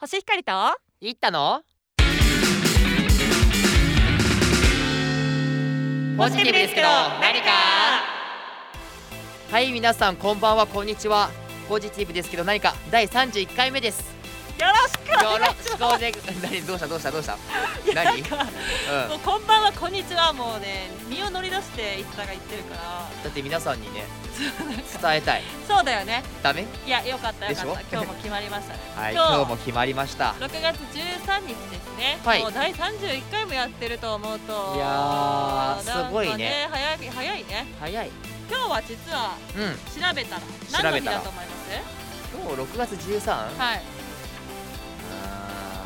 星光と行ったのポジティブですけど何かはい皆さんこんばんはこんにちはポジティブですけど何か第31回目ですよろしくおよ願ろいししくおま願い 何どうしたどうしたどうしたすいや何なんかうんもうこんばんはこんにちはもうね身を乗り出していったが言ってるからだって皆さんにね伝えたいそうだよねダメいやよかったよかでっしたょ 今日も決まりましたねはい今日今日も決まりました6月13日ですね、はいもう第31回もやってると思うといやーなんかすごいね早い早いね早い今日は実はうん調べたら調何のべ日ただらと思います今日6月 13? はいあ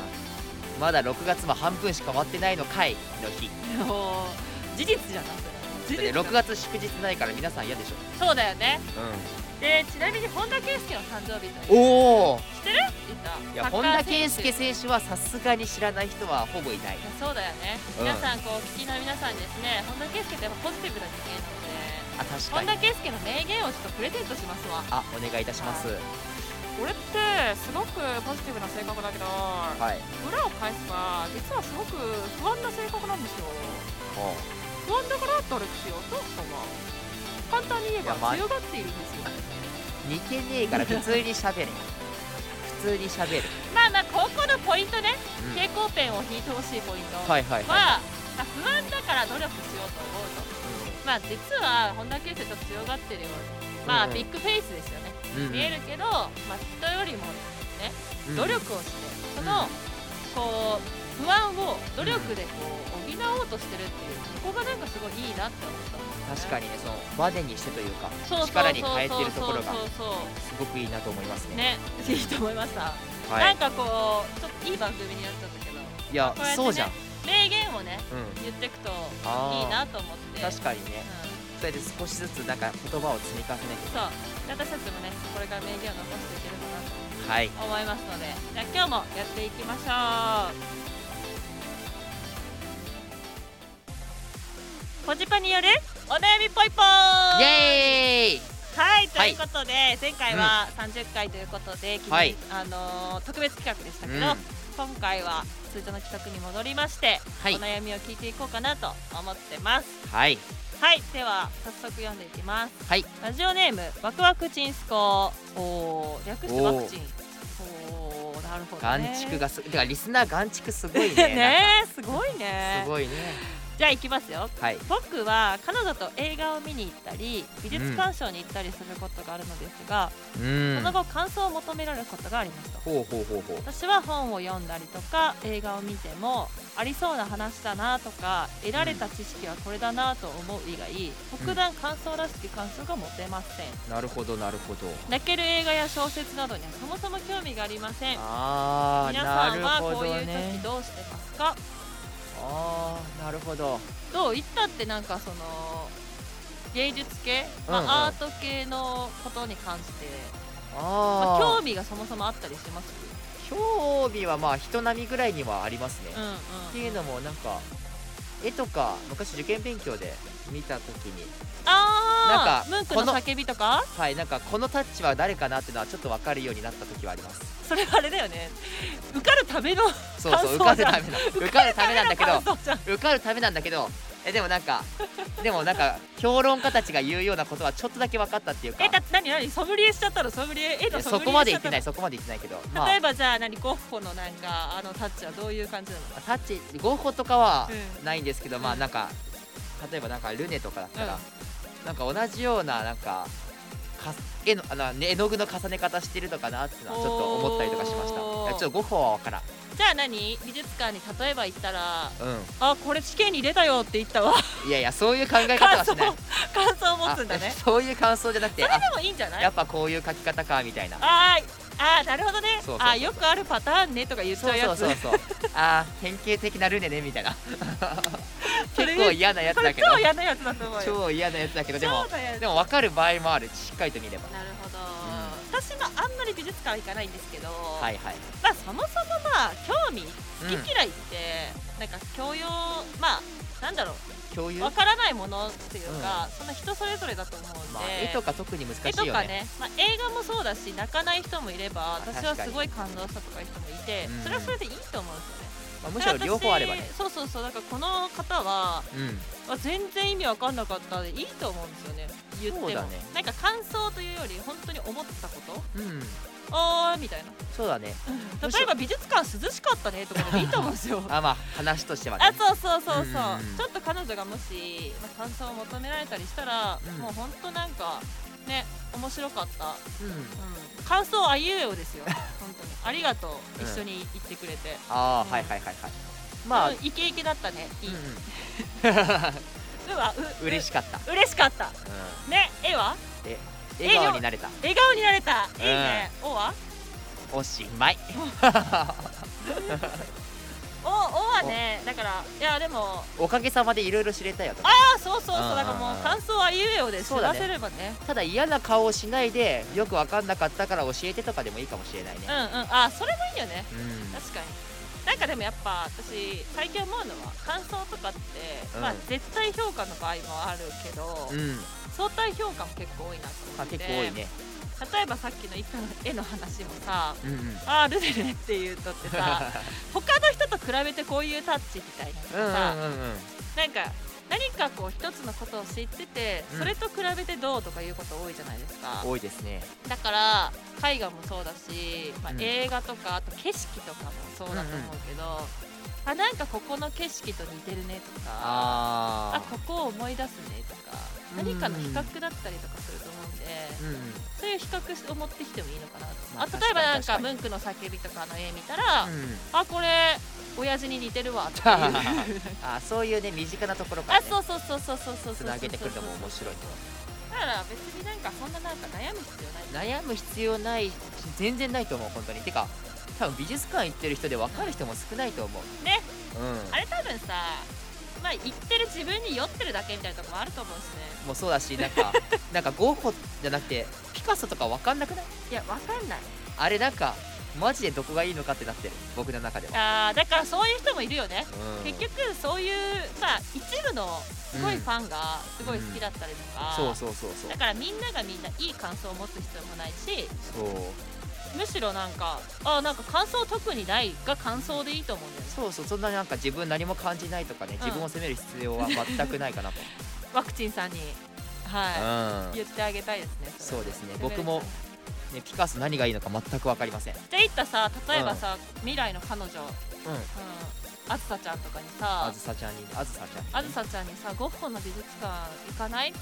ーまだ6月も半分しか終わってないのかいの 日もう事実じゃなくて事実6月祝日ないから皆さん嫌でしょ、そうだよねでちなみに本田圭佑の誕生日というおお知ってる言ったいやサッカ本ー選田圭手佑選手はさすがに知らない人はほぼいないそうだよね、うん皆さんこうお聞きの皆さんにですね本田圭佑ってやっぱポジティブな人間なのであ確か本に田圭佑の名言をちょっとプレゼントしますわあお願いいたします俺ってすごくポジティブな性格だけどはい裏を返すば実はすごく不安な性格なんですよ不安だから努力しようと思う簡単に言えばいやまあ強がっているんですよ似てねえから普通にしゃべる普通にしゃべる、まあまあ高校のポイントねうん蛍光ペンを引いてほしいポイントはいはいはい、は、まあ不安だから努力しようと思うとまあ実は本田圭佑ちょっと強がってるようにまあうんビッグフェイスですよねうんうん見えるけど、まあ、人よりもうん努力をして、そうんのこう不安を努力でこう補おうとしてるっていうそこがなんかすごいいいなって思ったんです確よねかにねそのバネにしてというかそうそう力に変えてるところがそうそうそうすごくいいなと思いますそうねねいいと思いました、はないんかこうちょっといい番組になっちゃったけどいやこうやってねそうじゃん、うん、名言をね言ってくとあーいいなと思って確かにねうんそうやって少しずつなんか言葉を積み重ねそう私たちもねこれから名言を残していけるかなとてはい思いますのでじゃあ今日もやっていきましょうポジパによるお悩みぽいぽーイエーイはいとはいいうことで、前回は30回ということで、記念はいあのー特別企画でしたけど、うん今回は通常の企画に戻りまして、はいお悩みを聞いていこうかなと思ってますはいはいでは早速読んでいきますはいラジオネームワクワクチンスコおー略してワクチンおーなるほど眼ね畜がすてかリスナー眼畜すごい ねねえすごいなんかねすごいねじゃあ行きますよはい僕は彼女と映画を見に行ったり美術鑑賞に行ったりすることがあるのですが、うんその後感想を求められることがありますとほうほうほうほう私は本を読んだりとか映画を見てもありそうな話だなとか得られた知識はこれだなと思う以外特段感想らしき感想が持てませんなるほどなるほど泣ける映画や小説などにはそもそも興味がありませんあー皆なさんるはほこうどいう時ねどうしてますかあーなるほどどういったってなんかその芸術系、まあうんうんアート系のことに関して、まあ興あー味がそもそもあったりします興味はまあ人並みぐらいにはありますねうんうんっていうのもなんか絵とか昔受験勉強で見た時にああなムんンかクのこの叫びとかはいなんかこのタッチは誰かなっていうのはちょっと分かるようになった時はありますそれはあれだよね受かるためのそうそう浮か感想るじゃんためな浮かるためなんだ けど感想じゃん受かるためなんだけどえでもなんかでもなんか評論家たちが言うようなことはちょっとだけ分かったっていうかえだって何何ソムリエしちゃったのソムリエえいやだそこまでい言ってないそこまで言ってないけどま例えばじゃあ何ゴッホのなんかあのタッチはどういう感じなのあタッチゴッホとかはうないんですけど、まあうんなんか例えばなんかルネとかだったら、なんか同じようななんかか絵のあの、ね、絵の具の重ね方してるのかなっていうのはちょっと思ったりとかしましたいおーやちょっとゴッホは分からんじゃあ何美術館に例えば行ったらうあこれ試験に入れたよって言ったわ んいやいやそういう考え方感はし想ない感想を持あつんだねそういう感想じゃなくてあでもいいんじゃないやっぱこういう書き方かみたいなあーあーなるほどねそうそうそうそうあーよくあるパターンねとか言っちそゃううやそうつそうそう あー典型的なルネねみたいな それ結構嫌なやつこれだけど超嫌なやつだと思うよ超嫌なやつだけどでも超なやつでも分かる場合もあるしっかりと見ればなるほど、う私もあんまり美術館は行かないんですけど、はいはいまあそもそもまあ興味う好んき嫌いって、なんか教養まあなんだろ共有うわからないものっていうか、そんな人それぞれだと思うんで、まあ絵とか特に難しい絵とよかねね、まあ、映画もそうだし泣かない人もいればまあ私は確かにすごい感動したとかいう人もいてうんそれはそれでいいと思うんですよねまあ、むしろ両方あればねだから私そうそうそうだからこの方はうんあ全然意味わかんなかったでいいと思うんですよね言ってもそうだねなんか感想というより本当に思ったことうんあーみたいなそうだねむしろ例えば美術館涼しかったねとかでいいと思うんですよあまあ話としてはねあそうそうそうそう、うんうんうんちょっと彼女がもし、まあ、感想を求められたりしたら、うんもう本当なんかね面白かった、うんうん、感想あいうえおですよ 本当にありがとううん一緒に行ってくれて、ああ、うんはいはいはいはいまあ、うんイケイケだったねいい、うわう う嬉しかった、うん、嬉しかったね絵は笑顔になれた笑顔になれたいいね、おはおしまいおおはねだからいやでもおかげさまでいろいろ知れたよとあそうそうそううんうんうんだからもう感想は言えようでそ済うだまねせればねただ嫌な顔をしないでよく分かんなかったから教えてとかでもいいかもしれないねうんうんあそれもいいよねうん、確かになんかでもやっぱ私最近思うのは感想とかって、うんまあ絶対評価の場合もあるけど、うん相対評価も結構多いなと思まあ、って結構多いね例えばさっきの一家の絵の話もさうんうんあールルレっていうとって さ他の人と比べてこういうタッチみたいなのとうんうかさ、んうんうんなんか何かこう一つのことを知っててうんそれと比べてどうとかいうこと多いじゃないですか、多いですねだから絵画もそうだし、まあうん映画とかあと景色とかもそうだと思うけど、あなんかここの景色と似てるねとかああここを思い出すねとかうん何かの比較だったりとかすると思うんで、あうんうんそういう比較を持ってきてもいいのかなと、まああ、例えばなん確かか「に確かムンクの叫び」とかの絵見たら、うんあこれ親父に似てるわって いうあそういうね身近なところから、あね、そうそうそうそうそうそうそうつなげてくるのも面白いとだから別になんかそんななんか悩む必要ない悩む必要ない全然ないと思う本当にてか多分美術館行ってる人で分かる人も少ないと思うねうんあれ多分さまあ言ってる自分に酔ってるだけみたいなとこもあると思うしねもうそうだしなんかなんかゴッホじゃなくてピカソとか分かんなくないいやわかんないあれなんかマジでどこがいいのかってなってる僕の中では、あーだからそういう人もいるよね、うん結局そういうまあ一部のすごいうんファンがすごい好きだったりとか、そうそうそうそうだからみんながみんないい感想を持つ必要もないしそうむしろなんかあなんか感想特にないが感想でいいと思うんだよねそうそうそんななんか自分何も感じないとかね、ん自分を責める必要は全くないかなと、ワクチンさんに はい、うん言ってあげたいですねれはそうですね責める僕も、ね、ピカソ何がいいのか全く分かりません、うん、っていったさ例えばさ、未来の彼女、うん、あずさちゃんとかにあさずさちゃんにあずさちゃんにあずさちゃんにさゴッホの美術館行かない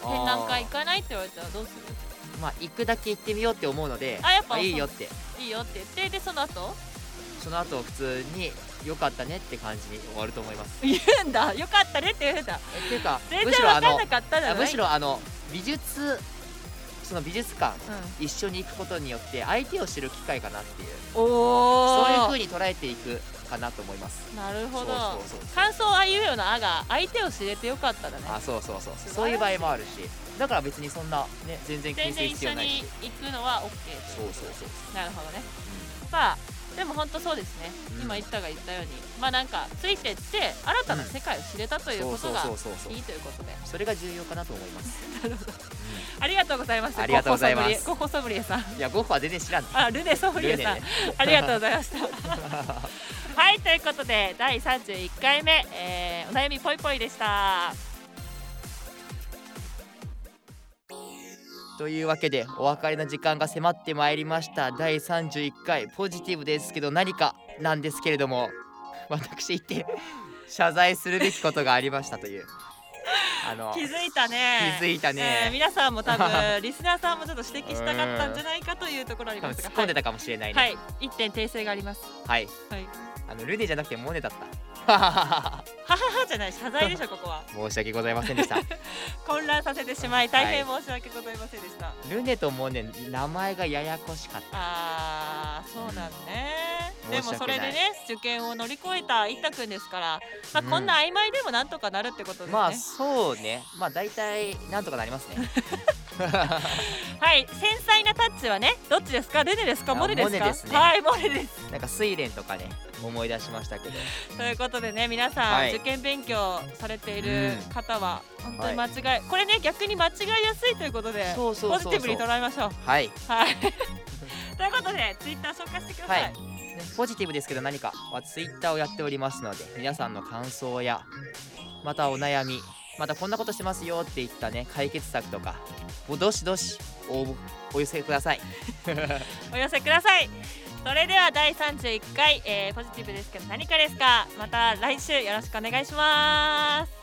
展覧会行かないって言われたらどうするあーまあ行くだけ行ってみようって思うのであやっぱまいいよっていいよって言ってでその後その後普通に良かったねって感じに終わると思います言うんだよかったねって言うんだえっていうか全むし然ろわあかんのなかったじゃあないむしろあの美術その美術館う、一緒に行くことによって相手を知る機会かなっていうんおそおういう風に捉えていくかなと思いますなるほどそうそうそうそう感想あいうえおのあが相手を知れてよかっただねあそうそうそ晴うらしいそういう場合もあるしだから別にそんなね全然全気にする然必一緒要ないにし行くのは OK そうそうそうなるほどねうまあでも本当そうですね、うん今言ったが言ったようにまあなんかついてって新たな世界を知れたというそこうそとうがそうそうそういいということでそれが重要かなと思いますありがとうございますありがとうございますゴッホソムリエさんいやゴッホは全然知らんあルネソムリエルネさん、ねありがとうございました はいということで第31回目、えーお悩みぽいぽいでしたというわけでお別れの時間が迫ってまいりました第31回ポジティブですけど何かなんですけれども私言って謝罪するべきことがありましたというあの気づいたね気づいたねえー皆さんも多分 リスナーさんもちょっと指摘したかったんじゃないかというところあり多ま分すが突っ込んでたかもしれないねはい、はい、1点訂正がありますはい、はいあのルネじゃなくてモネだっ たはははじゃない謝罪で しょここは申し訳ございませんでした混乱させてしまい大変申し訳ございませんでした、ルネとモネ名前がややこしかったあーそうなんねで申しもそ訳れなでいね受験を乗り越えた一太くんですから、まあ、うんこんな曖昧でもなんとかなるってことですね、まあそうねまあ大体なんとかなります ねはい繊細なタッチはねどっちですかルネですかあモネですかモネですねはいモネですなんか睡蓮とかね思い出しましたけどということでね皆さん、はい受験勉強されているうん方は本当に間違い、これね逆に間違いやすいということでそうそうそうそうポジティブに捉えましょうはい、ね、はい ということでツイッター紹介してください、はいポジティブですけど何かはツイッターをやっておりますので皆さんの感想やまたお悩みまたこんなことしてますよっていったね解決策とかもうどしどし応募お寄せくださいお寄せくださいそれでは第31回、えーポジティブですけど何かですかまた来週よろしくお願いします